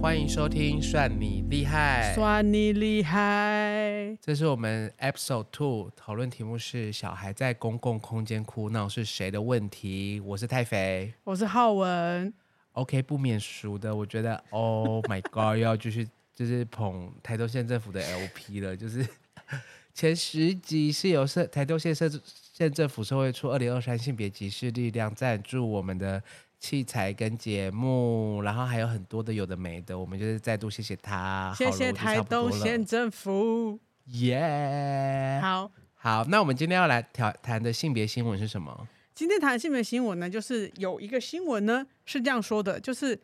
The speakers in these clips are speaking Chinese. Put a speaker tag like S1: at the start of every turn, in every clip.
S1: 欢迎收听《算你厉害》，
S2: 算你厉害。
S1: 这是我们 Episode Two，讨论题目是“小孩在公共空间哭闹是谁的问题”。我是太肥
S2: 我是浩文，
S1: ，OK，不免俗的，我觉得 Oh my God，又要继续就是捧台州县政府的 LP 了，就是 前十集是由社台州县社县政府社会处二零二三性别歧视力量赞助我们的。器材跟节目，然后还有很多的有的没的，我们就是再度谢谢他。
S2: 谢谢
S1: 好了
S2: 台
S1: 啊我就差不多
S2: 东
S1: 了哎
S2: 县政府。
S1: 耶
S2: 好，
S1: 好，那我们今天要来调谈的性别新闻是什么？
S2: 今天谈新闻新闻呢，就是有一个新闻呢是这样说的，就是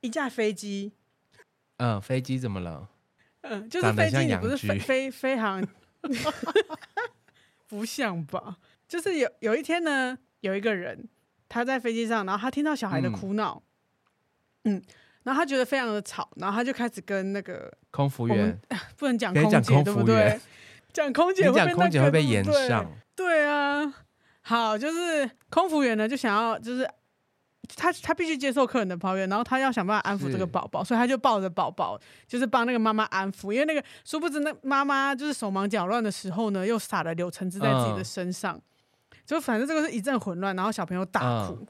S2: 一架飞机，
S1: 嗯，飞机怎么了？
S2: 嗯、就是
S1: 长得
S2: 飞机，
S1: 像
S2: 你
S1: 洋
S2: 不是飞
S1: 具
S2: 飞飞 航，不像吧？就是有有一天呢，有一个人他在飞机上，然后他听到小孩的
S1: 嗯
S2: 哭闹，嗯然后他觉得非常的吵，然后他就开始跟那个
S1: 空服
S2: 我
S1: 员
S2: 们，不能讲
S1: 可以讲
S2: 空姐，
S1: 空
S2: 对
S1: 服
S2: 不
S1: 员
S2: 对？讲 空
S1: 你
S2: 姐会
S1: 讲
S2: 被
S1: 空姐
S2: 那
S1: 会
S2: 个
S1: 被
S2: 对不
S1: 延
S2: 对
S1: 上。
S2: 对啊，好，就是空服员呢，就想要就是他他必须接受客人的抱怨，然后他要想办法安抚这
S1: 是
S2: 个宝宝，所以他就抱着宝宝，就是帮那个妈妈安抚，因为那个殊不知那妈妈就是手忙脚乱的时候呢，又撒了柳橙汁在自己的
S1: 嗯
S2: 身上，就反正这个是一阵混乱，然后小朋友大
S1: 嗯
S2: 哭，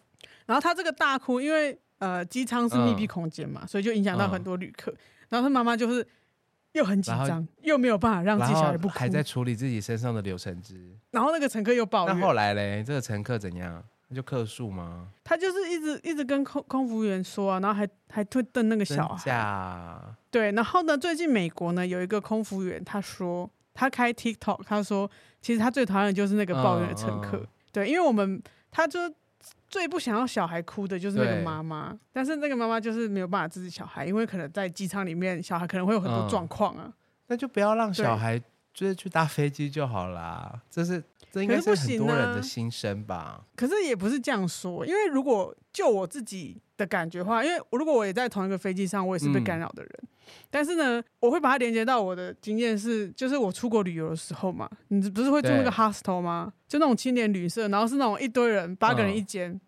S2: 然后他这个大哭，因为呃机舱是密闭
S1: 嗯
S2: 空间嘛，所以就影响到很
S1: 嗯
S2: 多旅客，然后他妈妈就是。又很紧
S1: 然后
S2: 张，又没有办法让自
S1: 然
S2: 己小
S1: 后
S2: 孩不哭，
S1: 还在处理自己身上的柳橙 汁。
S2: 然后那个乘客又抱
S1: 那
S2: 怨，
S1: 后来嘞，这个乘客怎样？那就客诉吗？
S2: 他就是一直一直跟空空服员说啊，然后还还会瞪那个
S1: 真
S2: 小孩。
S1: 假？
S2: 对，然后呢，最近美国呢有一个空服员，他说他开 TikTok，他说其实他最讨厌的就是那个抱怨的乘客。
S1: 嗯嗯
S2: 对，因为我们他就最不想要小孩哭的就是那个
S1: 对
S2: 妈妈，但是那个妈妈就是没有办法支持小孩，因为可能在机舱里面小孩可能会有很多
S1: 嗯
S2: 状况啊。
S1: 那就不要让小
S2: 对
S1: 孩就是去搭飞机就好啦。这是这应
S2: 可
S1: 该
S2: 是
S1: 很
S2: 不行
S1: 多人
S2: 啊
S1: 的心声吧？
S2: 可是也不是这样说，因为如果就我自己的感觉的话，因为如果我也在同一个飞机上，我也是被
S1: 嗯
S2: 干扰的人。但是呢，我会把它连接到我的经验是，就是我出国旅游的时候嘛，你不是会住那
S1: 对
S2: 个 hostel 吗？就那种青年旅社，然后是那种一堆人，八个人一间，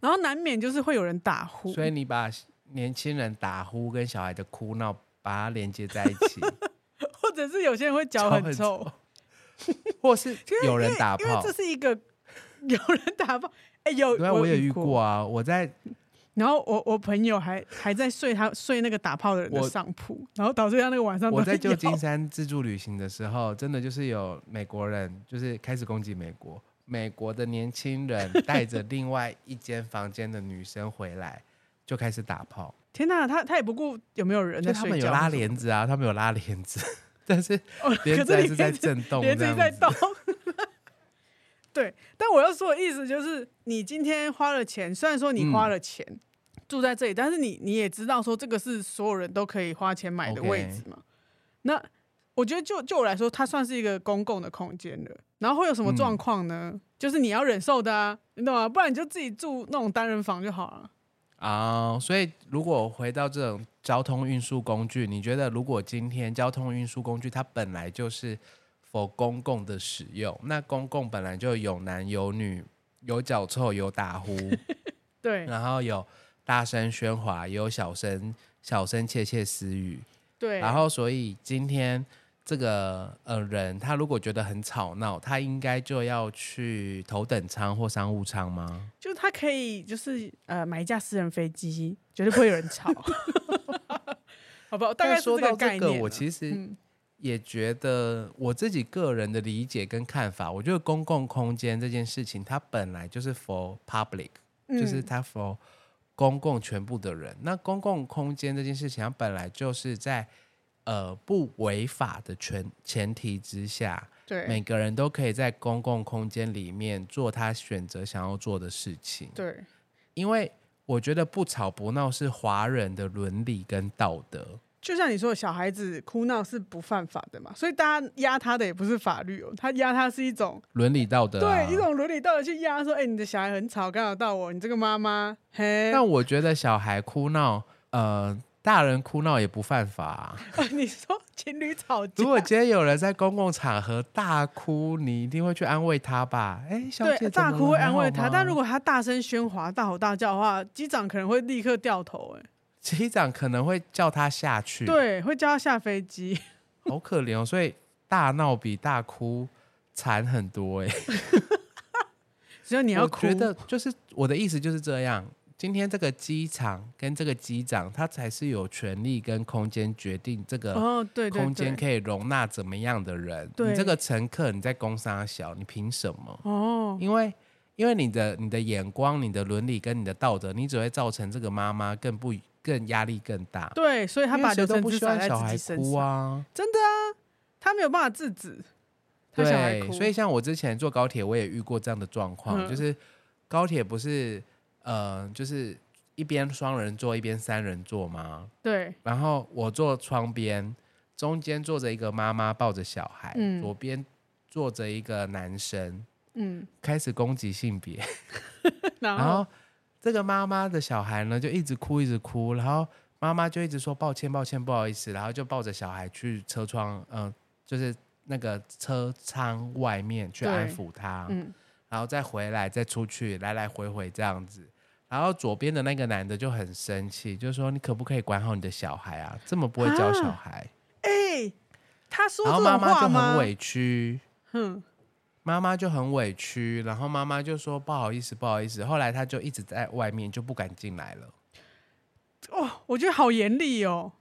S2: 然后难免就是会有人打呼。
S1: 嗯所以你把年轻人打呼跟小孩的哭闹把它连接在一起，
S2: 或者是有些人会 脚很臭，，
S1: 或是有人打
S2: 因为
S1: 炮
S2: 这。是一个 有人打炮。哎、有
S1: 对啊，我
S2: 有
S1: 也遇
S2: 过。
S1: 过啊，我在
S2: 然后我我朋友还还在睡他睡那个打炮的人的
S1: 我
S2: 上铺，然后导致他那个晚上
S1: 我
S2: 都
S1: 在
S2: 有
S1: 旧金山自助旅行的时候，真的就是有美国人就是开始攻击美国，美国的年轻 人带着另外一间房间的女生回来，就开始打炮，
S2: 天哪，他他也不顾有没有人
S1: 就
S2: 呃
S1: 他
S2: 在睡
S1: 们
S2: 觉，
S1: 有拉帘子啊，他们有拉帘子， 但是
S2: 哦，
S1: 帘
S2: 可
S1: 子
S2: 是
S1: 还
S2: 你
S1: 是在
S2: 帘子
S1: 震动，
S2: 帘
S1: 这
S2: 子
S1: 样
S2: 在
S1: 子
S2: 动。 对，但我要说的意思就是，你今天花了钱，虽然说你
S1: 嗯
S2: 花了钱、住在这里，但是你你也知道说这个是所有人都可以花钱买的
S1: OK
S2: 位置嘛。那我觉得就就我来说，它算是一个公共的空间了。然后会有什么
S1: 嗯
S2: 状况呢？就是你要忍受的啊，你懂吗？不然你就自己住那种单人房就好了。
S1: 啊、所以如果回到这种交通运输工具，你觉得如果今天交通运输工具它本来就是否公共的使用，那公共本来就有男有女，有脚臭，有打呼，
S2: 对
S1: 然后有大声喧哗，也有小声小声窃窃私语，
S2: 对，
S1: 然后所以今天这个呃人他如果觉得很吵闹，他应该就要去头等舱或商务舱吗？
S2: 就他可以就是呃买一架私人飞机，绝对不会有人吵。 好吧，大概
S1: 但
S2: 是这
S1: 说到
S2: 个概念啊。
S1: 我其实
S2: 嗯
S1: 也觉得我自己个人的理解跟看法，我觉得公共空间这件事情，它本来就是 for public，、就是
S2: 嗯
S1: 它 for 公共全部的人。那公共空间这件事情，它本来就是在呃不违法的前前提之下，每
S2: 对
S1: 个人都可以在公共空间里面做他选择想要做的事情。
S2: 对
S1: 因为我觉得不吵不闹是华人的伦理跟道德。
S2: 就像你说，的，小孩子哭闹是不犯法的嘛，所以大家压他的也不是法律哦，他压他是一种
S1: 伦理道德、啊，
S2: 对一。种伦理道德去压，说哎、你的小孩很吵，干扰到我，你这个妈妈，嘿，
S1: 但我觉得小孩哭闹，呃，大人哭闹也不犯法 啊、
S2: 你说情侣吵架
S1: 如，果今天有人在公共场合大哭，你一定会去安慰他吧？哎，小姐，
S2: 对大
S1: 怎么
S2: 哭
S1: 了
S2: 会安慰他，但如
S1: 果
S2: 果他大声喧哗、大吼大叫的话，机长可能会立刻掉头、哎，
S1: 机长可能会叫他下去，，
S2: 对，会叫他下飞机。
S1: 好可怜哦。所以大闹比大哭惨很多哎、
S2: 只 要你要
S1: 我
S2: 哭，
S1: 觉得就是我的意思就是这样。今天这个机场跟这个机长，他才是有权利跟空间决定这个
S2: 哦，对对
S1: 空间
S2: 对，
S1: 可以容纳怎么样的人。
S2: 对
S1: 你这个乘客，你在工商小，你凭什么？
S2: 哦，
S1: 因为因为你的你的眼光、你的伦理跟你的道德，你只会造成这个妈妈更不更压力更大。
S2: 对，所以
S1: 因
S2: 他
S1: 为
S2: 把
S1: 谁
S2: 流
S1: 都
S2: 程
S1: 不
S2: 只
S1: 希
S2: 甩
S1: 望
S2: 在
S1: 小
S2: 自
S1: 孩
S2: 己身
S1: 哭
S2: 上，
S1: 啊。
S2: 他没有办法 制止他小孩
S1: 对，
S2: 哭，
S1: 所以像我之前坐高铁，我也遇过这样的状况，
S2: 嗯
S1: 就是高铁不是呃，就是一边双人座一边三人座吗？
S2: 对
S1: 然后我坐窗边，中间坐着一个妈妈抱着小孩，
S2: 嗯
S1: 左边坐着一个男生，
S2: 嗯，
S1: 开始攻击性别。
S2: 然
S1: 然
S2: 后
S1: 后这个妈妈的小孩呢，就一直哭，一直哭，然后妈妈就一直说抱歉，抱歉，不好意思，然后就抱着小孩去车窗，嗯、就是那个车舱外面去
S2: 对
S1: 安抚他，
S2: 嗯
S1: 然后再回来，再出去，来来回回这样子。然后左边的那个男的就很生气，就说：“你可不可以管好你的小孩啊？这么不会教小孩。
S2: 哎，他说
S1: 然
S2: 这
S1: 后
S2: 种
S1: 妈妈
S2: 话
S1: 就
S2: 吗
S1: 很？委屈，
S2: 哼，
S1: 妈妈就很委屈，然后妈妈就说不好意思，不好意思。后来她就一直在外面，就不敢进来了。
S2: 哦，我觉得好严厉哦，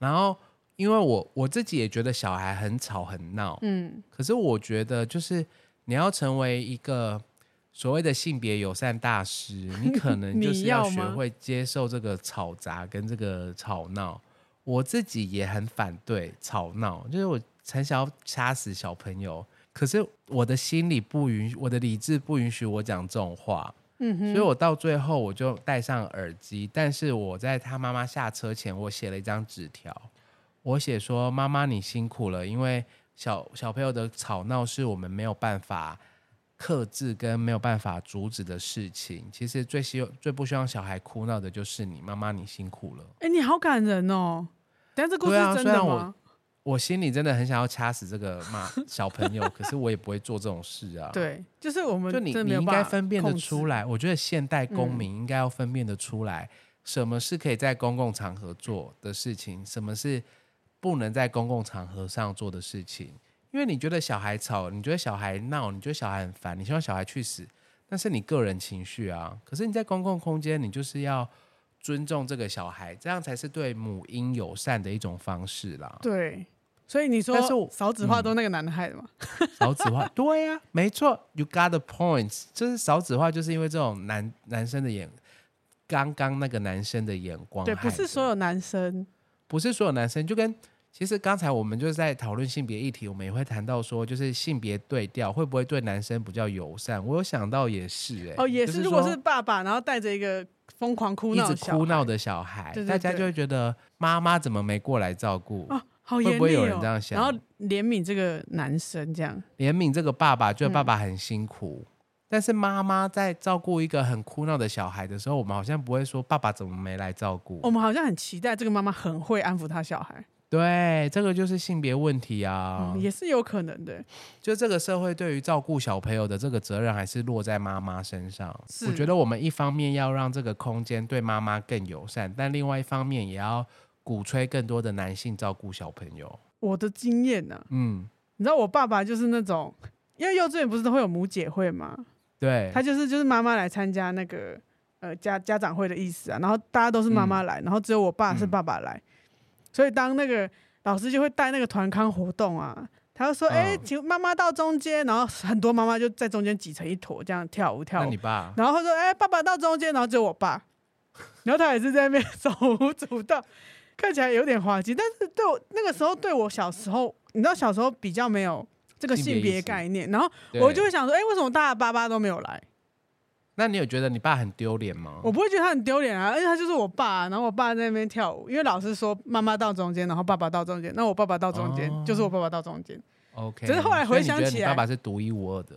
S1: 然后因为我我自己也觉得小孩很吵很闹，
S2: 嗯，
S1: 可是我觉得就是你要成为一个所谓的性别友善大师，你可 能
S2: 你
S1: 就是
S2: 要
S1: 学
S2: 吗
S1: 会接受这个吵杂跟这个吵闹。我自己也很反对吵闹，就是我很想要掐死小朋友，可是我的心里不允许，我的理智不允许我讲这种话。
S2: 嗯
S1: 所以我到最后我就戴上耳机，但是我在他妈妈下车前，我写了一张纸条，我写说：“妈妈，你辛苦了，因为小小朋友的吵闹是我们没有办法克制跟没有办法阻止的事情。其实最希最不希望小孩哭闹的就是你，妈妈，你辛苦了。”
S2: 哎，你好感人哦，但这故事
S1: 对啊
S2: 是
S1: 虽
S2: 真的
S1: 然我
S2: 吗？
S1: 我心里真的很想要掐死这个妈 小朋友，可是我也不会做这种事啊。，
S2: 对，就是我们
S1: 就你
S2: 真的
S1: 你
S2: 没有
S1: 应
S2: 办
S1: 该
S2: 法
S1: 分辨得
S2: 控制
S1: 出来，我觉得现代公
S2: 嗯
S1: 民应该要分辨得出来，什么是可以在公共场合做的事情，什么是不能在公共场合上做的事情。因为你觉得小孩吵，你觉得小孩闹，你觉得小孩很烦，你希望小孩去死，那是你个人情绪啊。可是你在公共空间，你就是要尊重这个小孩，这样才是对母婴友善的一种方式啦。
S2: 对，所以你说
S1: 但是我嗯
S2: 少子化都那个男孩的嘛？
S1: 少子化， 对呀、没错，You got the points。就是少子化，就是因为这种男男生的眼，刚刚那个男生的眼光哦害
S2: 对，
S1: 的，
S2: 不是所有男生，
S1: 不是所有男生，就跟其实刚才我们就是在讨论性别议题，我们也会谈到说，就是性别对调会不会对男生比较友善？我有想到也是、欸，
S2: 哦，也，
S1: 就是是
S2: 如果
S1: 说
S2: 是爸爸，然后带着一个疯狂哭
S1: 一
S2: 闹
S1: 直
S2: 的小
S1: 哭闹
S2: 孩
S1: 的小孩，
S2: 对对
S1: 大家
S2: 对
S1: 就会觉得妈妈怎么没过来照顾？
S2: 啊，好
S1: 会
S2: 严厉哦。
S1: 不会有人这样想
S2: 然后怜悯这个男生这样，
S1: 怜悯这个爸爸，觉得
S2: 嗯
S1: 爸爸很辛苦。但是妈妈在照顾一个很哭闹的小孩的时候，我们好像不会说爸爸怎么没来照顾。
S2: 哦我们好像很期待这个妈妈很会安抚她小孩，
S1: 对，这个就是性别问题啊。
S2: 嗯也是有可能的。
S1: 就这个社会对于照顾小朋友的这个责任，还是落在妈妈身上。
S2: 是
S1: 我觉得我们一方面要让这个空间对妈妈更友善，但另外一方面也要鼓吹更多的男性照顾小朋友。
S2: 我的经验呢、
S1: 嗯，
S2: 你知道我爸爸就是那种，因为幼稚园不是都会有母姐会嘛，
S1: 对
S2: 他，就是就是妈妈来参加那个呃家家长会的意思啊，然后大家都是妈
S1: 嗯
S2: 妈来，然后只有我爸是爸爸来，所以当那个老师就会带那个团康活动啊，他就说：“
S1: 嗯
S2: 哎、请妈妈到中间。”然后很多妈妈就在中间挤成一坨，这样跳舞跳
S1: 那
S2: 舞
S1: 你。爸
S2: 然后他说：“哎、爸爸到中间。”然后只有我爸，然后他也是在那边 手舞足蹈，看起来有点滑稽。但是对我那个时候，对我小时候，你知道小时候比较没有这个
S1: 性别
S2: 性
S1: 意
S2: 别
S1: 识
S2: 概念，然后我就会
S1: 对
S2: 想说：“哎、为什么大家爸爸都没有来？”
S1: 那你有觉得你爸很丢脸吗？
S2: 我不会觉得他很丢脸啊，而且他就是我爸，然后我爸在那边跳舞，因为老师说妈妈到中间，然后爸爸到中间，那我爸爸到中间、
S1: 哦
S2: 就是我爸爸到中间，
S1: OK，
S2: 只是后来
S1: 所以
S2: 回
S1: 你
S2: 想
S1: 觉得
S2: 起
S1: 你
S2: 来
S1: 爸爸是独一无二的。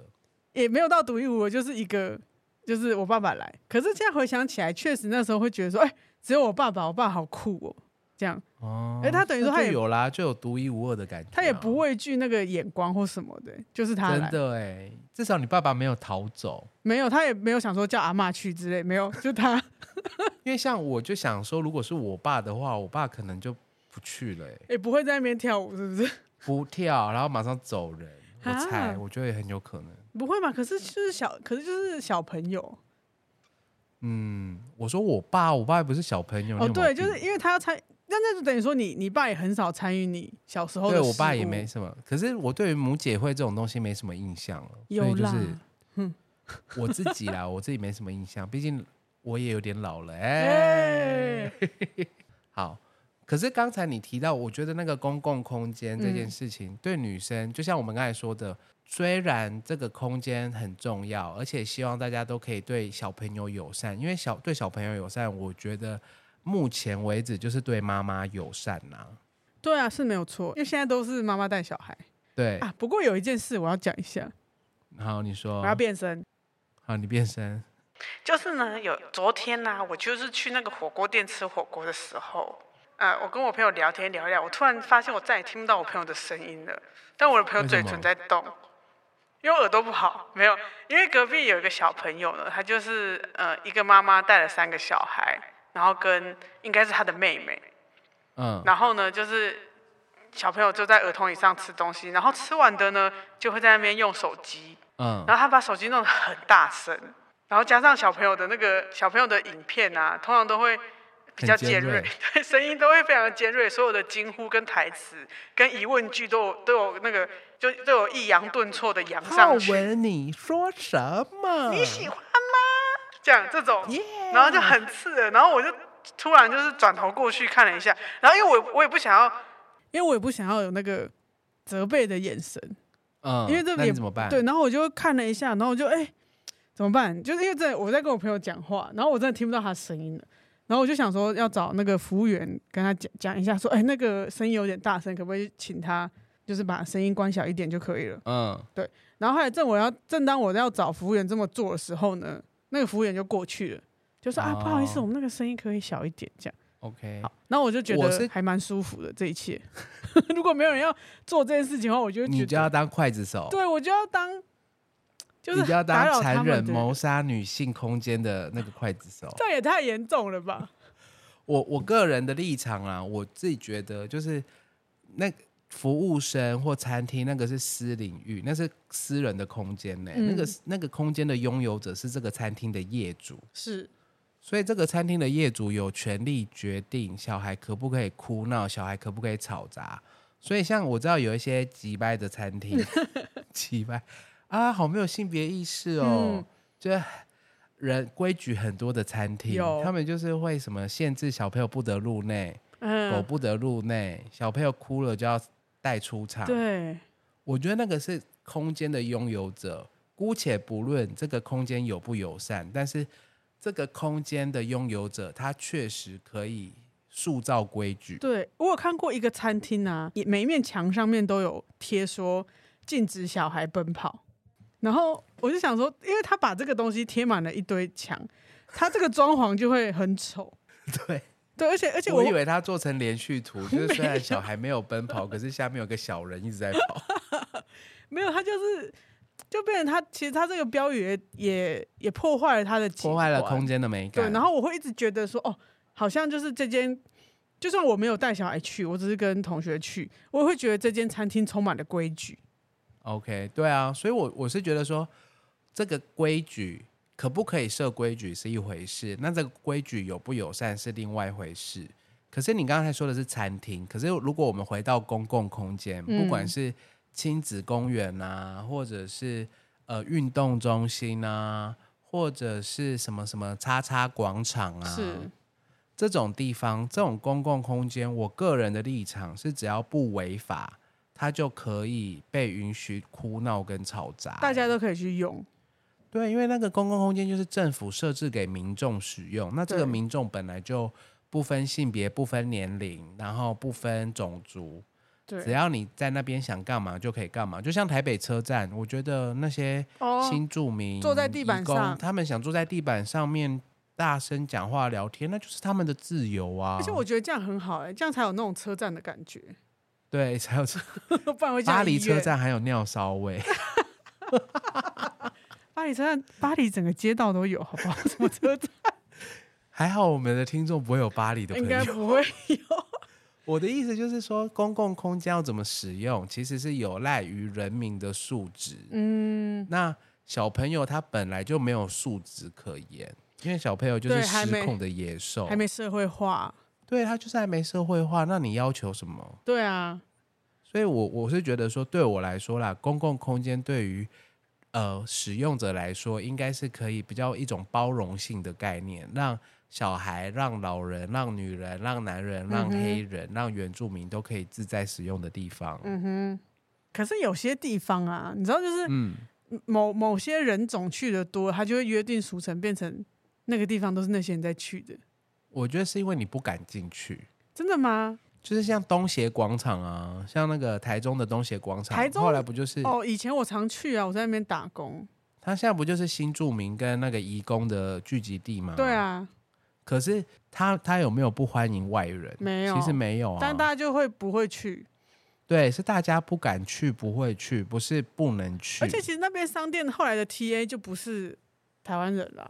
S2: 也没有到独一无二，就是一个就是我爸爸来。可是现在回想起来，确实那时候会觉得说，哎、只有我爸爸，我爸好酷哦，这样
S1: 哦，
S2: 哎他等于说
S1: 那
S2: 他
S1: 就
S2: 也
S1: 有啦，就有独一无二的感觉啊、
S2: 他也不畏惧那个眼光或什么的， 就是他
S1: 真
S2: 来，
S1: 的哎，至少你爸爸没有逃走。
S2: 没有他也没有想说叫阿嬷去之类，没有，就他
S1: 因为像我就想说，如果是我爸的话，我爸可能就不去了、欸，
S2: 也不会在那边跳舞，是不是？
S1: 不跳，然后马上走人。我
S2: 啊
S1: 猜，我觉得也很有可能。
S2: 不会嘛？可是就是小，可是就是小朋友
S1: 嗯，我说我爸，我爸也不是小朋友。你
S2: 哦，
S1: 有
S2: 对，
S1: 毛
S2: 就是
S1: 病
S2: 因为他要参，那那就等于说你你爸也很少参与你小时候的
S1: 对
S2: 事物。
S1: 我爸也没什么，可是我对于母姐会这种东西没什么印象了，所
S2: 有
S1: 以就
S2: 啦，
S1: 是我自己啦，我自己没什么印象，毕竟我也有点 老了。哎、
S2: 哎，
S1: 好，可是刚才你提到，我觉得那个公共空间这
S2: 嗯
S1: 件事情、对女生，就像我们刚才说的，虽然这个空间很重要，而且希望大家都可以对小朋友友善，因为小对小朋友友善，我觉得目前为止就是对妈妈友善呐、
S2: 对啊，是没有错，因为现在都是妈妈带小孩
S1: 对，
S2: 啊。不过有一件事我要讲一下，
S1: 好，你说
S2: 我，要变身。
S1: 好，你变身，
S2: 就是呢，有昨天呢、我就是去那个火锅店吃火锅的时候，呃，我跟我朋友聊天聊一聊，我突然发现我再也听不到我朋友的声音了，但我的朋友嘴唇在动，因为我耳朵不好，没有，因为隔壁有一个小朋友呢，他就是呃一个妈妈带了三个小孩，然后跟应该是他的妹妹，
S1: 嗯，
S2: 然后呢，就是小朋友就在儿童椅上吃东西，然后吃完的呢就会在那边用手机，
S1: 嗯，
S2: 然后他把手机弄得很大声，然后加上小朋友的那个小朋友的影片啊，通常都会比较
S1: 很尖
S2: 尖锐，
S1: 锐
S2: 对，声音都会非常的尖锐，所有的惊呼跟台词跟疑问句都有都有那个就都有抑扬顿挫的扬
S1: 浩
S2: 上去，
S1: 文，你说什么？
S2: 你喜欢吗？这样这种
S1: Yeah
S2: 然后就很刺耳，然后我就突然就是转头过去看了一下，然后因为我我也不想要，因为我也不想要有那个责备的眼神，
S1: 嗯，
S2: 因为这
S1: 那
S2: 也
S1: 你怎么办？
S2: 对，，然后我就看了一下，然后我就哎、怎么办？就是因为这我在跟我朋友讲话，然后我真的听不到他声音了，然后我就想说要找那个服务员跟他讲讲一下，说哎、那个声音有点大声，可不可以请他就是把声音关小一点就可以了。
S1: 嗯，
S2: 然后后来正我要正当我要找服务员这么做的时候呢，那个服务员就过去了，就说啊不好意思，
S1: 哦
S2: 我们那个声音可以小一点这样。
S1: ，OK，
S2: 好，然后我就觉
S1: 我是
S2: 得还蛮舒服的这一切。 如果没有人要做这件事情的话，我就会觉
S1: 你
S2: 得
S1: 就要当刽子手，
S2: 对，我就要 当，就是
S1: 你就要
S2: 打
S1: 当
S2: 扰他
S1: 残
S2: 们的
S1: 忍
S2: 人
S1: 谋杀女性空间的那个刽子手。
S2: 这也太严重了吧？
S1: 我我个人的立场啊，我自己觉得就是那服务生或餐厅那个是私领域，那是私人的空间呢、
S2: 嗯
S1: 那个那个空间的拥有者是这个餐厅的业主，
S2: 是，
S1: 所以这个餐厅的业主有权利决定小孩可不可以哭闹，小孩可不可以吵杂。所以像我知道有一些击败的餐 厅，击败啊，好没有性别意识哦，
S2: 嗯
S1: 就是人规矩很多的餐厅
S2: 有，
S1: 他们就是会什么限制小朋友不得入内，狗
S2: 嗯，
S1: 不得入内，小朋友哭了就要带出场。
S2: 对，
S1: 我觉得那个是空间的拥有者，姑且不论这个空间友不友善，但是这个空间的拥有者，他确实可以塑造规矩。
S2: 对我有看过一个餐厅啊，也每一面墙上面都有贴说禁止小孩奔跑，然后我就想说，因为他把这个东西贴满了一堆墙，他这个装潢就会很丑。
S1: 对，
S2: 对，而且而且
S1: 我
S2: 我
S1: 以为他做成连续图，就是虽然小孩没有奔 跑，可是下面有个小人一直在跑。
S2: 没有，他就是就变成他，其实他这个标语也也也破坏了他的景
S1: 破坏了
S2: 观
S1: 空间的美感。
S2: 对，然后我会一直觉得说，哦，好像就是这间，就算我没有带小孩去，我只是跟同学去，我也会觉得这间餐厅充满了规矩。
S1: OK，对啊，所以我我是觉得说，这个规矩可不可以设规矩是一回事，那这个规矩友不友善是另外一回事。可是你刚才说的是餐厅，可是如果我们回到公共空间，
S2: 嗯
S1: 不管是亲子公园啊，或者是呃运动中心啊，或者是什么什么叉叉广场啊，
S2: 是，
S1: 这种地方，这种公共空间，我个人的立场是，只要不违法，它就可以被允许哭闹跟吵杂。
S2: 大家都可以去用。
S1: 对，因为那个公共空间就是政府设置给民众使用，那这个
S2: 对
S1: 民众本来就不分性别、不分年龄，然后不分种族，只
S2: 对，
S1: 要你在那边想干嘛就可以干嘛。就像台北车站，我觉得那些
S2: 哦，
S1: 新住民、
S2: 坐在地板
S1: 移工
S2: 上
S1: 他们想坐在地板上面大声讲话聊天，那就是他们的自由啊。
S2: 而且我觉得这样很好哎、这样才有那种车站的感觉，
S1: 对， 才有车
S2: 不然会这样。
S1: 巴黎车，站还有尿骚味，
S2: 巴黎车站，巴黎整个街道都有，好不好？什么车站？
S1: 还好我们的听众不会有巴黎的
S2: 应
S1: 朋
S2: 该
S1: 友。
S2: 不会有。
S1: 我的意思就是说，公共空间要怎么使用，其实是有赖于人民的素质。
S2: 嗯，
S1: 那小朋友他本来就没有素质可言，因为小朋友就是
S2: 对还没
S1: 失控的野兽，
S2: 还没社会化。
S1: 对他就是还没社会化。那你要求什么？
S2: 对啊，
S1: 所以我，我是觉得说，对我来说啦，公共空间对于呃使用者来说，应该是可以比较一种包容性的概念，让小孩、让老人、让女人、让男人、
S2: 嗯
S1: 让黑人、让原住民都可以自在使用的地方。嗯
S2: 可是有些地方啊，你知道，就是某某些人种去的多，他就会约定俗成，变成那个地方都是那些人在去的。
S1: 我觉得是因为你不敢进去。
S2: 真的吗？
S1: 就是像东协广场啊，像那个台中的东协广场，
S2: 台中
S1: 后来不就是、
S2: 哦，以前我常去啊，我在那边打工。
S1: 它现在不就是新住民跟那个移工的聚集地吗？
S2: 对啊，
S1: 可是他他有没有不欢迎外人？
S2: 没有
S1: 其实没有啊。
S2: 但大家就会不会去，
S1: 对，是大家不敢去，不会去，不是不能去。
S2: 而且其实那边商店后来的 TA 就不是台湾人啦。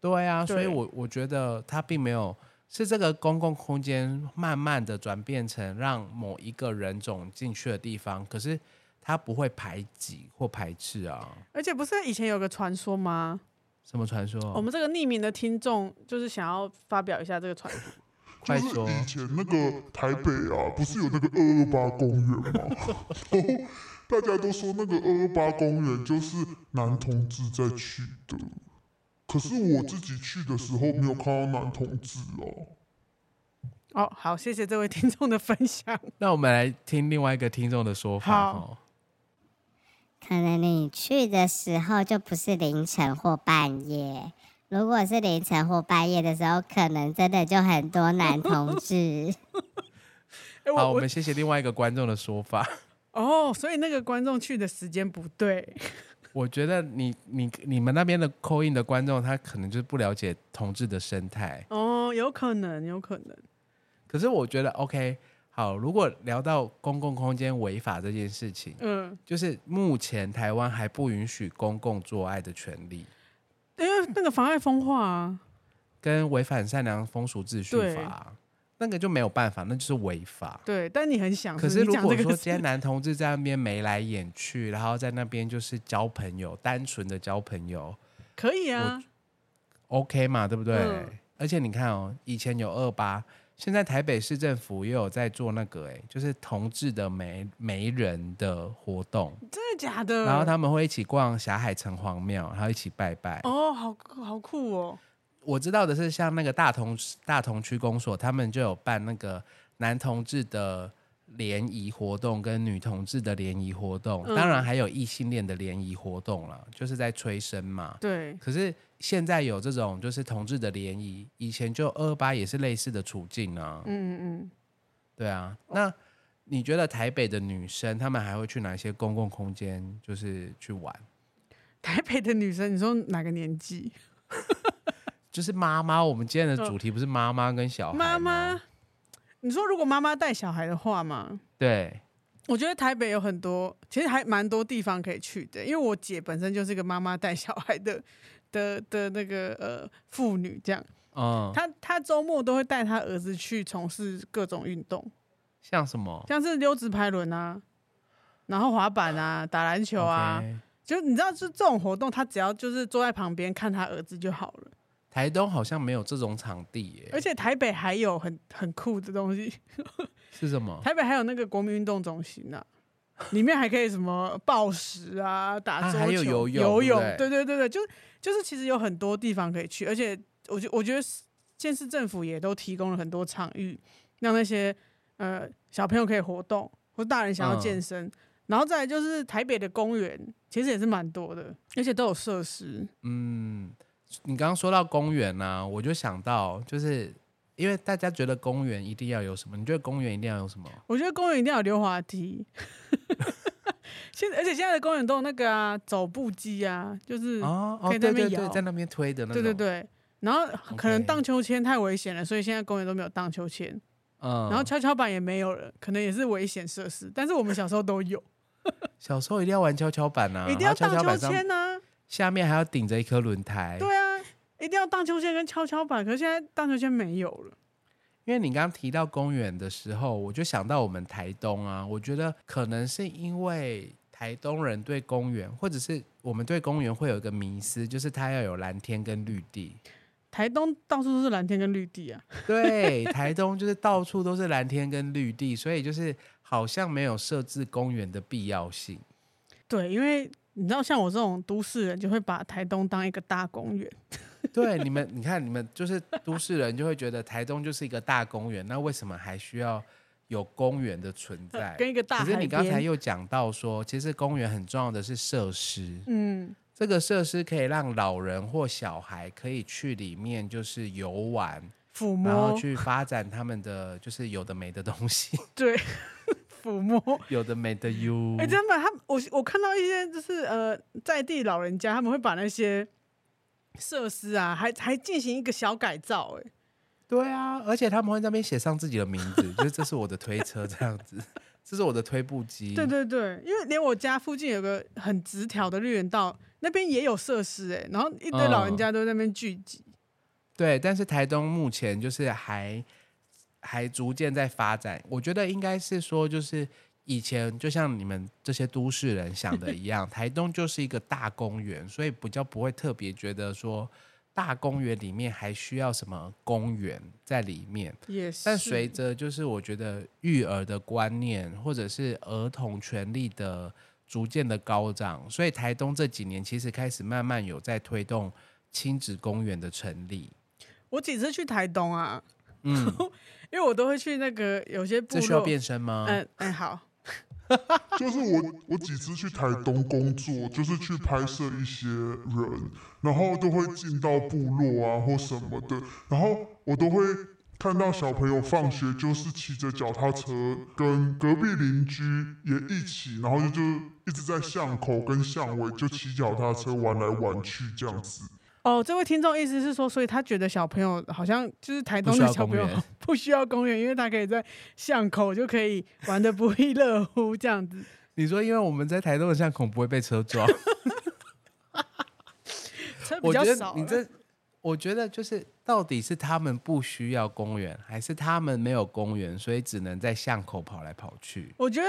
S1: 对啊，所以
S2: 对
S1: 我我觉得他并没有是这个公共空间慢慢的转变成让某一个人种进去的地方，可是他不会排挤或排斥啊。
S2: 而且不是以前有个传说吗？
S1: 什么传说？
S2: 我们这个匿名的听众就是想要发表一下这个传说。
S1: 快
S3: 就是
S1: 说，
S2: 嗯
S3: 以前那个台北啊，不是有那个二二八公园吗？ 然后大家都说那个二二八公园就是男同志在去的，可是我自己去的时候没有看到男同志哦、
S2: 哦，好，谢谢这位听众的分 享。
S1: 那我们来听另外一个听众的说法
S2: 好
S1: 哦。
S4: 可能你去的时候就不是凌晨或半夜。如果是凌晨或半夜的时候，可能真的就很多男同志。
S2: 哎、
S1: 好，
S2: 我
S1: 我
S2: 我
S1: 们谢谢另外一个观众的说法。
S2: 哦，所以那个观众去的时间不对，
S1: 我觉得你你你们那边的扣印的观众，他可能就是不了解同志的生态。
S2: 哦，有可能，有可能，
S1: 可是我觉得 OK，好，如果聊到公共空间违法这件事情，
S2: 嗯，
S1: 就是目前台湾还不允许公共做爱的权利，
S2: 因为那个妨碍风化啊，
S1: 跟违反善良风俗秩序
S2: 对
S1: 法，那个就没有办法，那就是违法。
S2: 对，但你很想，
S1: 可是
S2: 你
S1: 如
S2: 讲
S1: 果
S2: 这个
S1: 说
S2: 是
S1: 今天男同志在那边眉来眼去，然后在那边就是交朋友，单纯的交朋友
S2: 可以啊，
S1: ，OK 嘛，对不对？
S2: 嗯
S1: 而且你看哦，以前有二八，现在台北市政府也有在做那个、哎，就是同志的媒媒人的活动，
S2: 真的假的？
S1: 然后他们会一起逛霞海城隍庙，然后一起拜拜。
S2: 哦，好酷好酷哦，
S1: 我知道的是，像那个大同大同区公所，他们就有办那个男同志的联谊活动跟女同志的联谊活动，
S2: 嗯
S1: 当然还有异性恋的联谊活动啦，就是在催生嘛。
S2: 对，
S1: 可是现在有这种就是同志的联谊，以前就二八也是类似的处境啊。
S2: 嗯嗯
S1: 对啊，那你觉得台北的女生，她们还会去哪些公共空间，就是去玩？
S2: 嗯，台北的女生，你说哪个年纪？
S1: 就是妈妈，我们今天的主题不是妈妈跟小孩吗
S2: 妈妈，你说如果妈妈带小孩的话嘛，
S1: 对，
S2: 我觉得台北有很多，其实还蛮多地方可以去的，因为我姐本身就是个妈妈带小孩的的的那个呃妇女，这样，
S1: 嗯，
S2: 她她周末都会带她儿子去从事各种运动，
S1: 像什么？
S2: 像是溜直排轮啊，然后滑板啊，打篮球啊
S1: OK
S2: 就你知道，就这种活动，她只要就是坐在旁边看她儿子就好了。
S1: 台东好像没有这种场地耶、
S2: 而且台北还有很很酷的东西，
S1: 是什么？
S2: 台北还有那个国民运动中心呢、 里面还可以什么暴食啊、打
S1: 啊
S2: 桌球、
S1: 还有游泳
S2: 游泳，
S1: 对
S2: 对对对对，就是就是其实有很多地方可以去，而且我觉我觉得县市政府也都提供了很多场域，让那些呃小朋友可以活动，或大人想要
S1: 嗯
S2: 健身。然后再来就是台北的公园，其实也是蛮多的，而且都有设施。
S1: 嗯，你刚刚说到公园呢、我就想到，就是因为大家觉得公园一定要有什么？你觉得公园一定要有什么？
S2: 我觉得公园一定要有溜滑梯。 现在而且现在的公园都有那个啊走步机啊，就是、
S1: 哦哦，
S2: 可以
S1: 对
S2: 在那边
S1: 对对，
S2: 摇
S1: 在那边推的那
S2: 对
S1: 种。
S2: 对，对。然后可能
S1: OK
S2: 荡秋千太危险了，所以现在公园都没有荡秋千，
S1: 嗯。
S2: 然后跷跷板也没有了，可能也是危险设施。但是我们小时候都有，
S1: 小时候一定要玩跷跷板啊，
S2: 一定要
S1: 然后
S2: 荡
S1: 跷跷板
S2: 秋
S1: 上
S2: 千啊，
S1: 下面还要顶着一颗轮胎。
S2: 对啊，哎、一定要荡秋千跟跷跷板，可是现在荡秋千没有了。
S1: 因为你刚刚提到公园的时候，我就想到我们台东啊，我觉得可能是因为台东人对公园，或者是我们对公园会有一个迷思，就是它要有蓝天跟绿地。
S2: 台东到处都是蓝天跟绿地啊，
S1: 对，台东就是到处都是蓝天跟绿地，所以就是好像没有设置公园的必要性。
S2: 对，因为你知道，像我这种都市人，就会把台东当一个大公园。
S1: 对，你们，你看，你们就是都市人，就会觉得台东就是一个大公园，那为什么还需要有公园的存在？
S2: 呃跟一个大
S1: 可是你
S2: 海
S1: 刚才
S2: 边
S1: 又讲到说，其实公园很重要的是设施，
S2: 嗯，
S1: 这个设施可以让老人或小孩可以去里面就是游玩，
S2: 抚
S1: 然后
S2: 摸，
S1: 去发展他们的就是有的没的东西，
S2: 对， 抚摸。
S1: 有的没的哟。
S2: 哎、真的，他我我看到一些就是呃在地老人家，他们会把那些设施啊，还还进行一个小改造、哎，
S1: 对啊，而且他们会在那边写上自己的名字，就是这是我的推车这样子，这是我的推步机。
S2: 对对对，因为连我家附近有个很直条的绿园道，那边也有设施、哎，然后一堆老人
S1: 嗯
S2: 家都在那边聚集。
S1: 对，但是台东目前就是还还逐渐在发展，我觉得应该是说，就是以前就像你们这些都市人想的一 样，台东就是一个大公园，所以比较不会特别觉得说大公园里面还需要什么公园在里面。
S2: 也是，
S1: 但随着就是我觉得育儿的观念，或者是儿童权利的逐渐的高涨，所以台东这几年其实开始慢慢有在推动亲子公园的成立。
S2: 我几次去台东啊，
S1: 嗯，
S2: 因为我都会去那个有些部
S1: 这需要
S2: 落，
S1: 变身吗？
S2: 嗯嗯好，
S3: 就是我我几次去台东工作，就是去拍摄一些人，然后都会进到部落啊或什么的，然后我都会看到小朋友放学就是骑着脚踏车，跟隔壁邻居也一起，然后就一直在巷口跟巷尾就骑脚踏车玩来玩去这样子。
S2: 哦，这位听众意思是说，所以他觉得小朋友好像就是台东的小朋友
S1: 不需要公园
S2: 不需要公园，因为他可以在巷口就可以玩的不亦乐乎这样子。
S1: 你说，因为我们在台东的巷口不会被车 撞，
S2: 车比
S1: 我
S2: 较
S1: 觉
S2: 少
S1: 得
S2: 了，
S1: 你这，我觉得就是到底是他们不需要公园，还是他们没有公园，所以只能在巷口跑来跑去？
S2: 我觉得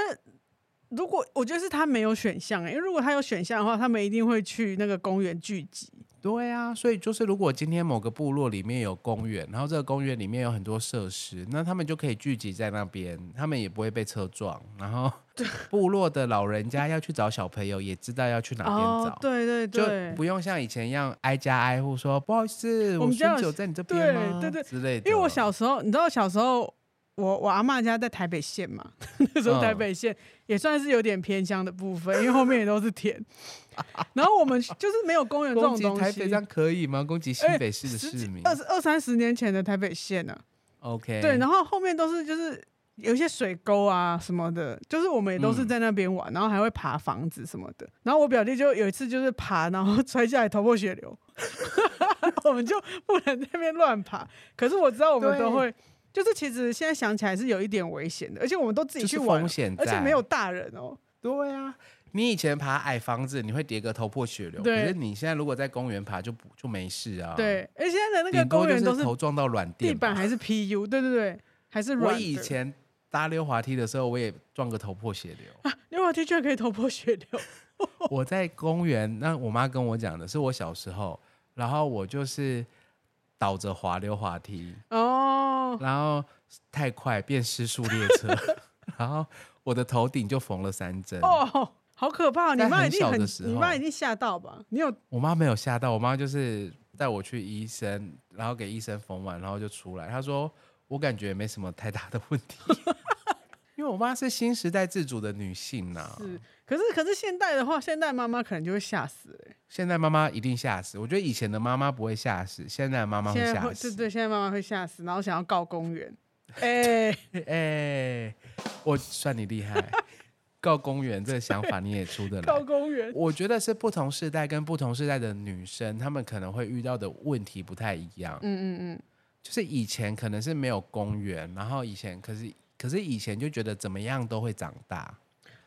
S2: 如果我觉得是他没有选项、欸，因为如果他有选项的话，他们一定会去那个公园聚集。
S1: 对啊，所以就是如果今天某个部落里面有公园，然后这个公园里面有很多设施，那他们就可以聚集在那边，他们也不会被车撞。然后 部落的老人家要去找小朋友，也知道要去哪边找。
S2: 哦，对对
S1: 就
S2: 对，
S1: 不用像以前一样挨家挨户说不好意思，
S2: 我们
S1: 孙
S2: 家有
S1: 子有在你这边吗？
S2: 对对对
S1: 之类的。
S2: 因为我小时候，你知道小时候我我阿嬷家在台北县嘛，那
S1: 嗯
S2: 时候台北县也算是有点偏乡的部分，因为后面也都 是田。然后我们就是没有公园这
S1: 攻
S2: 种
S1: 击
S2: 东
S1: 台
S2: 西
S1: 北这。样可以吗？攻击新
S2: 哎
S1: 北市的
S2: 十
S1: 市
S2: 几
S1: 民、
S2: 二十二三十年前的台北县呢、啊
S1: o k
S2: 对，然后后面都是就是有一些水沟啊什么的，就是我们也都是
S1: 嗯
S2: 在那边玩，然后还会爬房子什么的。然后我表弟就有一次就是爬，然后 摔下来头破血流， 我们就不能在那边乱爬。可是我知道我们
S1: 对
S2: 都会，就是其实现在想起来是有一点危险的，而且我们都自己
S1: 就
S2: 去
S1: 是
S2: 玩
S1: 风，险在，
S2: 而且没有大人哦。
S1: 对啊。你以前爬矮房子，你会跌个头破血流，可
S2: 对
S1: 是你现在如果在公园爬就不就没事啊。，
S2: 对，而且现在的那个
S1: 顶
S2: 公
S1: 多就
S2: 园都是
S1: 头撞到软
S2: 地
S1: 垫吧。
S2: 板还是 PU，对对对，还是
S1: 我
S2: 软的。
S1: 以前搭溜滑梯的时候，我也撞个头破血流。
S2: 溜滑梯居然可以头破血流， 哦
S1: 我在公园，那我妈跟我讲的是我小时候，然后我就是倒着滑溜滑梯，
S2: 哦，
S1: 然后太快变失速列 车，然后我的头顶就缝了三针。
S2: 哦，好可怕！你
S1: 在
S2: 妈
S1: 很
S2: 一定
S1: 小
S2: 很
S1: 的时，
S2: 你妈
S1: 候哦
S2: 一定吓到吧？你有
S1: 我妈没有吓到，我妈就是带我去医生，然后给医生缝完，然后就出来。她说我感觉没什么太大的问题， 因为我妈是新时代自主的女性呐、
S2: 是？可是可是现代的话，现代妈妈可能就会吓死、欸。
S1: 现在妈妈一定吓死，我觉得以前的妈妈不会吓死，现在的妈妈会
S2: 现在
S1: 吓
S2: 会
S1: 死
S2: 对。对，现在妈妈会吓死，然后想要告公 园。哎、
S1: 哎、我算你厉害，告公园这个想法你也出得
S2: 告
S1: 来。
S2: 公园
S1: 我觉得是不同世代跟不同世代的女生，她们可能会遇到的问题不太一样。
S2: 嗯嗯嗯，
S1: 就是以前可能是没有公园，然后以前可是可是以前就觉得怎么样都会长大，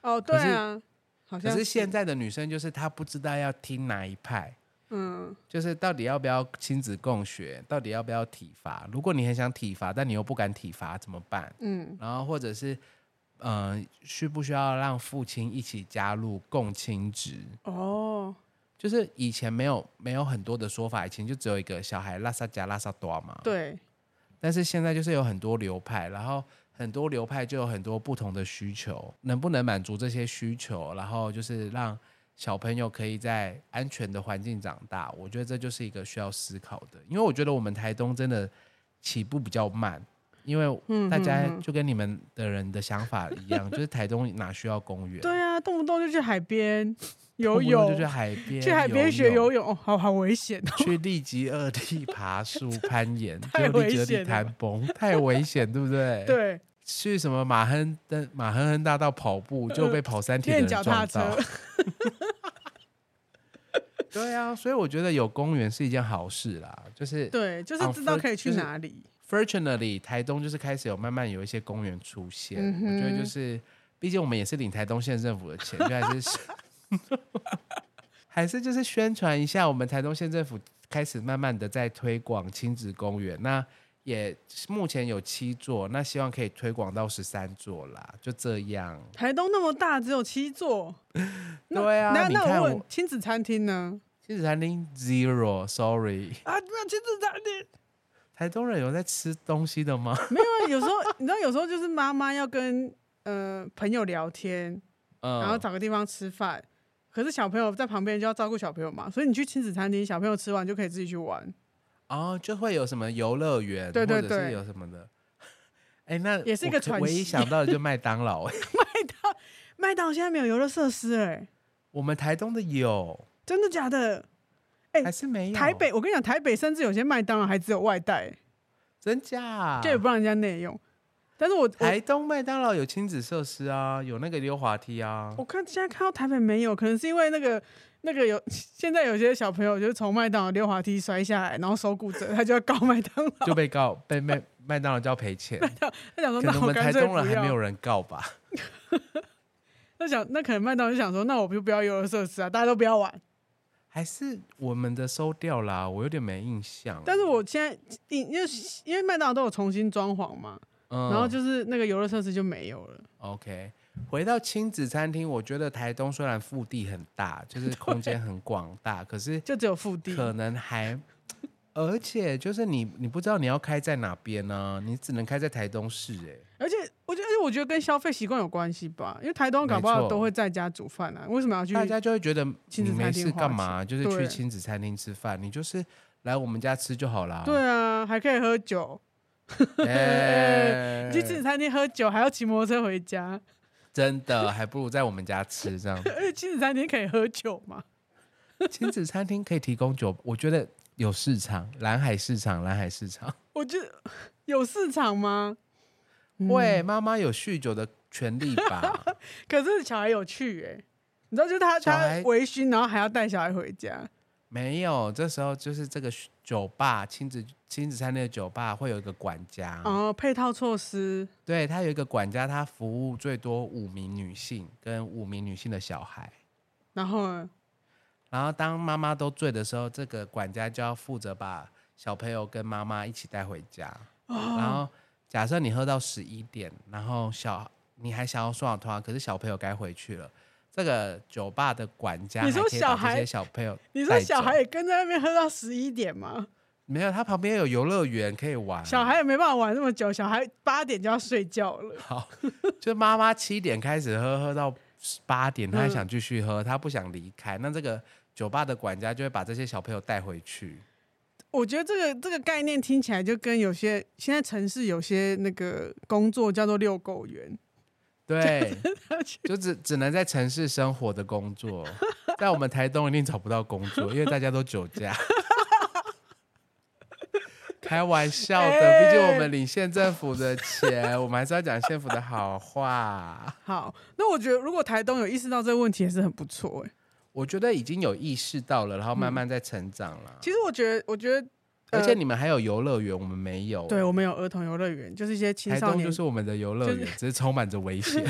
S2: 哦，对
S1: 可是
S2: 啊，好
S1: 可
S2: 像
S1: 是现在的女生就是她不知道要听哪一派，
S2: 嗯，
S1: 就是到底要不要亲子共学，到底要不要体罚？如果你很想体罚，但你又不敢体罚，怎么办？
S2: 嗯，
S1: 然后或者是，嗯、需不需要让父亲一起加入共亲职？
S2: 哦，
S1: 就是以前没有没有很多的说法，以前就只有一个小孩拉萨加拉萨多嘛。。
S2: 对，
S1: 但是现在就是有很多流派，然后很多流派就有很多不同的需求，能不能满足这些需求，然后就是让小朋友可以在安全的环境长大，我觉得这就是一个需要思考的，因为我觉得我们台东真的起步比较慢。因为
S2: 嗯
S1: 大家
S2: 嗯嗯
S1: 就跟你们的人的想法一样，就是台东哪需要公园？
S2: 对啊，动不动就去海边
S1: 动
S2: 游
S1: 不动
S2: 泳，
S1: 就去海边，
S2: 去海边学
S1: 游
S2: 游泳，哦，好好危险哦。
S1: 去立即二地爬树、攀岩，
S2: 太
S1: 就立即
S2: 危
S1: 二地
S2: 险了
S1: 谈崩，太危险，对不对？。
S2: 对，
S1: 去什么马亨登马亨亨大道跑步，就被跑山铁的
S2: 呃
S1: 人
S2: 练脚
S1: 撞
S2: 踏
S1: 到
S2: 车。。
S1: 对啊，所以我觉得有公园是一件好事啦。就是
S2: 对，就是知道可以去哪里。
S1: fortunately，台东就是开始有慢慢有一些公园出现。
S2: 嗯哼
S1: 我觉得就是，毕竟我们也是领台东县政府的钱，就还是 还是就是宣传一下，我们台东县政府开始慢慢的在推广亲子公园。那也目前有七座，那希望可以推广到十三座啦，就这样。
S2: 台东那么大，只有 七座。那
S1: 对啊，
S2: 那
S1: 你
S2: 那
S1: 看
S2: 我
S1: 我
S2: 问亲子餐厅呢？
S1: 亲子餐厅 zero，sorry，
S2: 啊，没有亲子餐厅，
S1: 台东人有在吃东西的吗？
S2: 没有啊。有时候你知道，有时候就是妈妈要跟呃朋友聊天，
S1: 嗯，
S2: 然后找个地方吃饭。可是小朋友在旁边就要照顾小朋友嘛，所以你去亲子餐厅，小朋友吃完就可以自己去玩，
S1: 哦，就会有什么游乐园，
S2: 对对
S1: 或者是
S2: 对
S1: 有什么的。 哎，那
S2: 也是一
S1: 我
S2: 个
S1: 可
S2: 喘
S1: 唯一
S2: 息
S1: 想到的就麦当劳。 哎
S2: 麦当劳现在没有游乐设施哎、
S1: 我们台东的有，
S2: 真的假的？哎
S1: 还是没有？
S2: 台北，我跟你讲，台北甚至有些麦当劳还只有外带，
S1: 真假？
S2: 就也不让人家内用。但是我我
S1: 台东麦当劳有亲子设施啊，有那个溜滑梯啊。
S2: 我看现在看到台北没有，可能是因为那个那个有 现在有些小朋友就是从麦当劳溜滑梯摔下来，然后手骨折，他就要告麦当劳。
S1: 就被告被麦麦当劳就要赔 钱，
S2: 他想说，
S1: 可
S2: 那
S1: 能我
S2: 我
S1: 们台
S2: 干脆
S1: 东
S2: 不
S1: 人还没有
S2: 要。
S1: 人告吧？
S2: 那想那可能麦当劳就想说，那我就不要游乐设施啊，大家都不要玩。
S1: 还是我们的收掉啦？我有点没印象。
S2: 但是我现在因因为因为麦当劳都有重新装潢嘛，
S1: 嗯，
S2: 然后就是那个游乐设施就没有了。
S1: OK，回到亲子餐厅，我觉得台东虽然腹地很大，就是空间很广 大，可是
S2: 就只有腹地，
S1: 可能 还，而且就是你你不知道你要开在哪边呢、你只能开在台东市、欸，
S2: 而且我觉得，而且我觉得跟消费习惯有关系吧，因为台东搞不
S1: 没
S2: 好
S1: 错
S2: 都会在家煮饭啊，为什么要去？
S1: 大家就会觉得
S2: 亲
S1: 你
S2: 子餐厅
S1: 没事干嘛，
S2: 花
S1: 就
S2: 钱
S1: 是去
S2: 对
S1: 亲子餐厅吃饭，你就是来我们家吃就好啦。
S2: 对啊，还可以喝酒，
S1: 哎，
S2: 你去自己餐厅喝酒，还要骑摩托车回家。
S1: 真的还不如在我们家吃 这样。
S2: 而且亲子餐厅可以喝酒嘛？
S1: 亲子餐厅可以提供酒，我觉得有市场，蓝海市场，蓝海市场。
S2: 我觉得有市场吗？嗯
S1: 喂，妈妈有酗酒的权利 吧？
S2: 可是小孩有趣哎、你知道，就是他
S1: 小
S2: 他
S1: 孩
S2: 微醺，然后还要带小孩回家。
S1: 没有，这时候就是这个酒吧亲子亲子餐厅的酒吧会有一个管家，
S2: 哦，配套措施，
S1: 对他有一个管家，他服务最多五名女性跟五名女性的小孩。
S2: 然后呢
S1: 然后当妈妈都醉的时候，这个管家就要负责把小朋友跟妈妈一起带回家。
S2: 哦
S1: 然后假设你喝到十一点，然后小你还想要耍团，可是小朋友该回去了。这个酒吧的管家
S2: 你
S1: 还
S2: 说
S1: 可以
S2: 小
S1: 把这
S2: 孩
S1: 些小朋友
S2: 你说
S1: 带
S2: 小
S1: 走
S2: 孩也跟在那边喝到十一点吗？
S1: 没有？他旁边有游乐园可以玩。
S2: 小孩也没办法玩那么久，小孩八点就要睡觉了。
S1: 好，就妈妈七点开始喝，喝到八点，她还
S2: 嗯
S1: 想继续喝，她不想离开。那这个酒吧的管家就会把这些小朋友带回 去。
S2: 我觉得这个这个概念听起来就跟有些现在城市有些那个工作叫做遛狗员，
S1: 对，
S2: 他去
S1: 就只只能在城市生活的工作，在我们台东一定找不到工作，因为大家都酒 驾。开玩笑的，
S2: 哎
S1: 毕竟我们领县政府的钱，我们还是要讲县府的好话。
S2: 好，那我觉得如果台东有意识到这个问题，也是很不错哎、
S1: 我觉得已经有意识到了，然后慢慢在成长了。
S2: 嗯其实我觉得，我觉得，
S1: 而且
S2: 呃
S1: 你们还有游乐园，我们没有。
S2: 对我们有儿童游乐园，就是一些青
S1: 台
S2: 少
S1: 东
S2: 年，
S1: 就是我们的游乐
S2: 就
S1: 园，只是充满着危 险。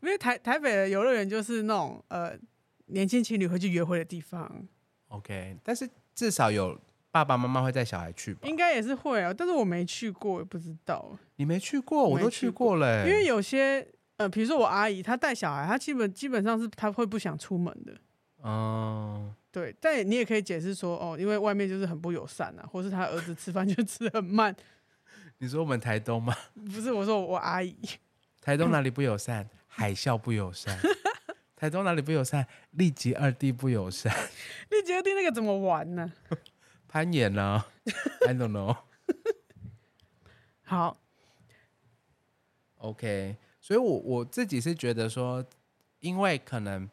S2: 因为台台北的游乐园就是那种呃年轻情侣会去约会的地方，
S1: OK，但是至少有爸爸妈妈会带小孩去吧？
S2: 应该也是会啊，但是我没去过，也不知道，
S1: 你没去过，我
S2: 没
S1: 都
S2: 去
S1: 去过了、
S2: 因为有些呃，比如说我阿姨，她带小孩，她基本基本上是她会不想出门的。
S1: 嗯，
S2: 对，但你也可以解释说，哦，因为外面就是很不友善啊，或是他儿子吃饭就吃很慢，
S1: 你说我们台东吗？
S2: 不是我说我阿姨，
S1: 台东哪里不友善？海啸不友善。台东哪里不友善？立即二地不友善。
S2: 你觉得那个怎么玩呢、
S1: 攀岩 呢、i don't know。
S2: 好，
S1: OK，所以我我自己是觉得说，因为可能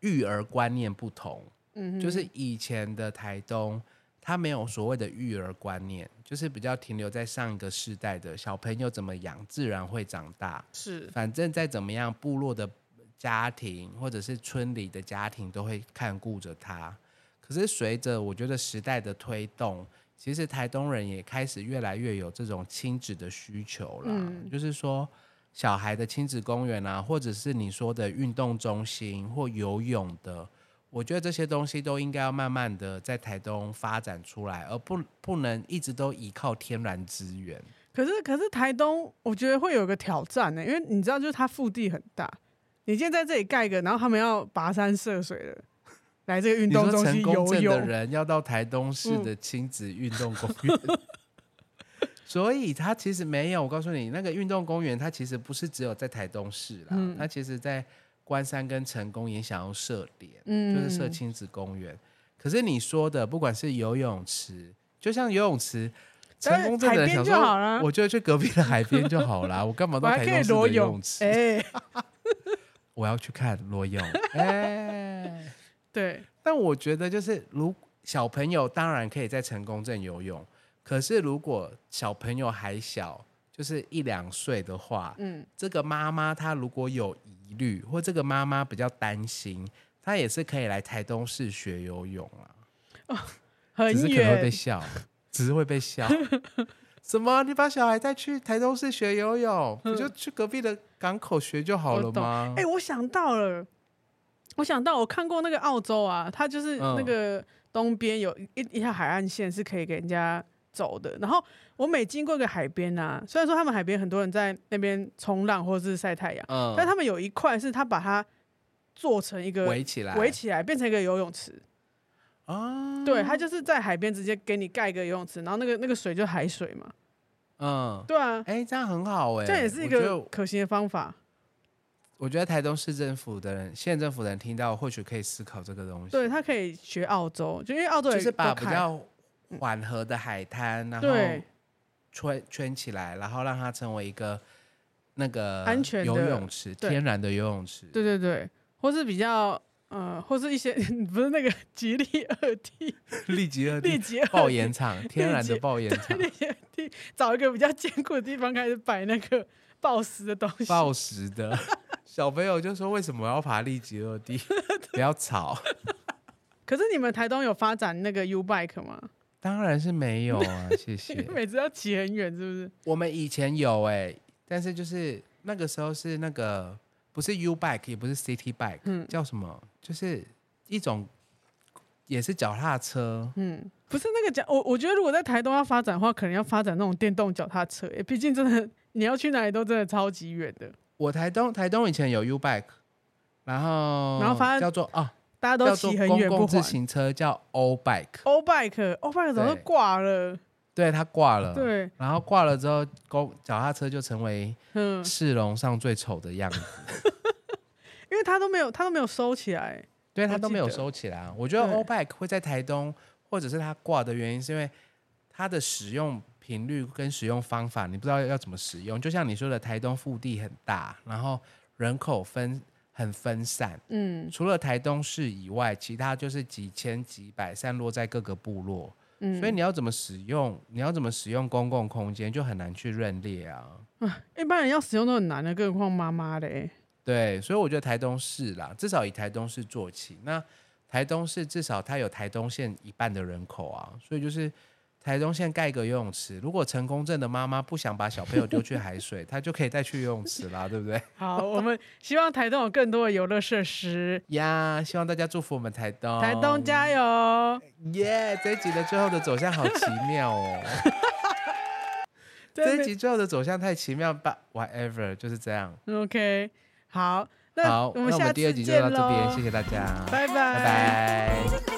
S1: 育儿观念不同，
S2: 嗯哼，
S1: 就是以前的台东，它没有所谓的育儿观念，就是比较停留在上一个世代的小朋友怎么养，自然会长大。
S2: 是
S1: 反正再怎么样，部落的家庭或者是村里的家庭都会看顾着他。可是随着我觉得时代的推动，其实台东人也开始越来越有这种亲子的需求啦，
S2: 嗯
S1: 就是说。小孩的亲子公园啊，或者是你说的运动中心或游泳的，我觉得这些东西都应该要慢慢的在台东发展出来，而不不能一直都依靠天然资源。
S2: 可是可是台东，我觉得会有个挑战欸呢、因为你知道，就是它腹地很大，你现在在这里盖一个，然后他们要跋山涉水的来这个运
S1: 你
S2: 动
S1: 说
S2: 中
S1: 成
S2: 心
S1: 功
S2: 游
S1: 镇的
S2: 泳，嗯
S1: 人要到台东市的亲子运动公园， 所以它其实没有。我告诉你，那个运动公园它其实不是只有在台东市啦，
S2: 嗯
S1: 它其实在关山跟成功也想要设点，
S2: 嗯
S1: 就是设亲子公园。可是你说的，不管是游泳池，就像游泳池。
S2: 但
S1: 成
S2: 是
S1: 功镇的人想
S2: 哎海边就好
S1: 说
S2: 啦，
S1: 我就去隔壁的海边就好啦，我干嘛
S2: 我
S1: 到台
S2: 还可以
S1: 东市
S2: 裸
S1: 的游
S2: 泳
S1: 泳，池？
S2: 哎、
S1: 我要去看裸 泳，哎、
S2: 对，
S1: 但我觉得就是，如小朋友当然可以在成功镇游泳，可是如果小朋友还小，就是一两岁的话，
S2: 嗯，
S1: 这个妈妈她如果有疑虑，或这个妈妈比较担心，她也是可以来台东市学游泳啊，
S2: 很
S1: 只是可能会被
S2: 远，
S1: 笑，只是会被笑。 什么？你把小孩带去台东市学游泳，不就去隔壁的港口学就好了
S2: 我懂
S1: 吗？
S2: 哎、我想到了，我想到我看过那个澳洲啊，它就是那
S1: 嗯
S2: 个东边有一一条海岸线是可以给人家走的。然后我每经过一个海边啊，虽然说他们海边很多人在那边冲浪或是晒太阳，
S1: 嗯，
S2: 但他们有一块是他把它做成一个
S1: 围起来，
S2: 围起来，变成一个游泳池。
S1: 啊，
S2: 对，它就是在海边直接给你盖一个游泳池，然后那个那个水就海水嘛。
S1: 嗯，
S2: 对啊，
S1: 哎、这样很好哎、
S2: 这样也是一
S1: 我觉
S2: 个
S1: 得。
S2: 可行的方法。
S1: 我觉得台东市政府的人、县政府的人听到，或许可以思考这个东西。
S2: 对，，他可以学澳洲，就因为澳洲有
S1: 就是
S2: 一
S1: 把
S2: 个
S1: 比
S2: 海
S1: 较缓和的海滩，然后
S2: 对
S1: 圈圈起来，然后让它成为一个那个
S2: 安全的
S1: 游泳池，
S2: 对
S1: 天然的游泳池。
S2: 对对对，或是比较呃，或是一些 不是那个吉利二 D、
S1: 立 即二地
S2: 利吉二 D
S1: 爆炎 场，天然
S2: 立
S1: 的
S2: 即
S1: 爆炎场，
S2: 利吉二 D，找一个比较坚固的地方开始摆那个暴食的东西。
S1: 暴食的 小朋友就说：“为什么要爬立即二 地？不要吵。”
S2: 可是你们台东有发展那个 U Bike 吗？
S1: 当然是没有啊，谢
S2: 你
S1: 谢
S2: 们。每次要骑很远，是不是？
S1: 我们以前有哎、但是就是那个时候是那个不是 U bike，也不是 City bike，、
S2: 嗯
S1: 叫什么？就是一种也是脚踏车，
S2: 嗯，不是那个脚，我我觉得如果在台东要发展的话，可能要发展那种电动脚踏车，欸毕竟真的你要去哪里都真的超级远的，
S1: 我台东台东以前有 U bike，然后
S2: 然后发现
S1: 叫做啊
S2: 大家都
S1: 叫做
S2: 骑很
S1: 公
S2: 远不
S1: 共自
S2: 还。
S1: 行车叫 O bike，
S2: O Bike，O Bike 早
S1: 对
S2: 就
S1: 呃
S2: 挂了，
S1: 对，它挂了，，
S2: 对，
S1: 然后挂了之后，公脚踏车就成为
S2: 嗯，
S1: 市容上最丑的样子，
S2: 因为他都没有，他都没有收起来，
S1: 对，
S2: 我
S1: 它都
S2: 记
S1: 没有
S2: 得
S1: 收起来啊。我觉得
S2: 对
S1: O bike 会在台东，或者是它挂的原因，是因为它的使用频率跟使用方法，你不知道要怎么使用。就像你说的，台东腹地很大，然后人口分很分散，
S2: 嗯
S1: 除了台东市以外，其他就是几千几百散落在各个部落。
S2: 嗯，
S1: 所以你要怎么使用，你要怎么使用公共空间，就很难去认列啊。
S2: 一般人要使用都很难的，更何况妈妈嘞。
S1: 对，所以我觉得台东市啦，至少以台东市做起。那台东市至少它有台东县一半的人口啊，所以就是台中县盖一个游泳池，如果成功镇的妈妈不想把小朋友丢去海水，她就可以带去游泳池啦，对不对？
S2: 好，我们希望台东有更多的游乐设 施，
S1: 呀希望大家祝福我们台东，
S2: 台东加油！
S1: 耶这一集的最后的走向好奇妙 哦，这一集最后的走向太奇妙吧，whatever，就是这样。
S2: OK，好，那
S1: 好，那
S2: 们
S1: 我
S2: 下
S1: 们
S2: 次
S1: 第二集就
S2: 见
S1: 到这边，
S2: 喽
S1: 谢谢大家，
S2: 拜拜
S1: 拜拜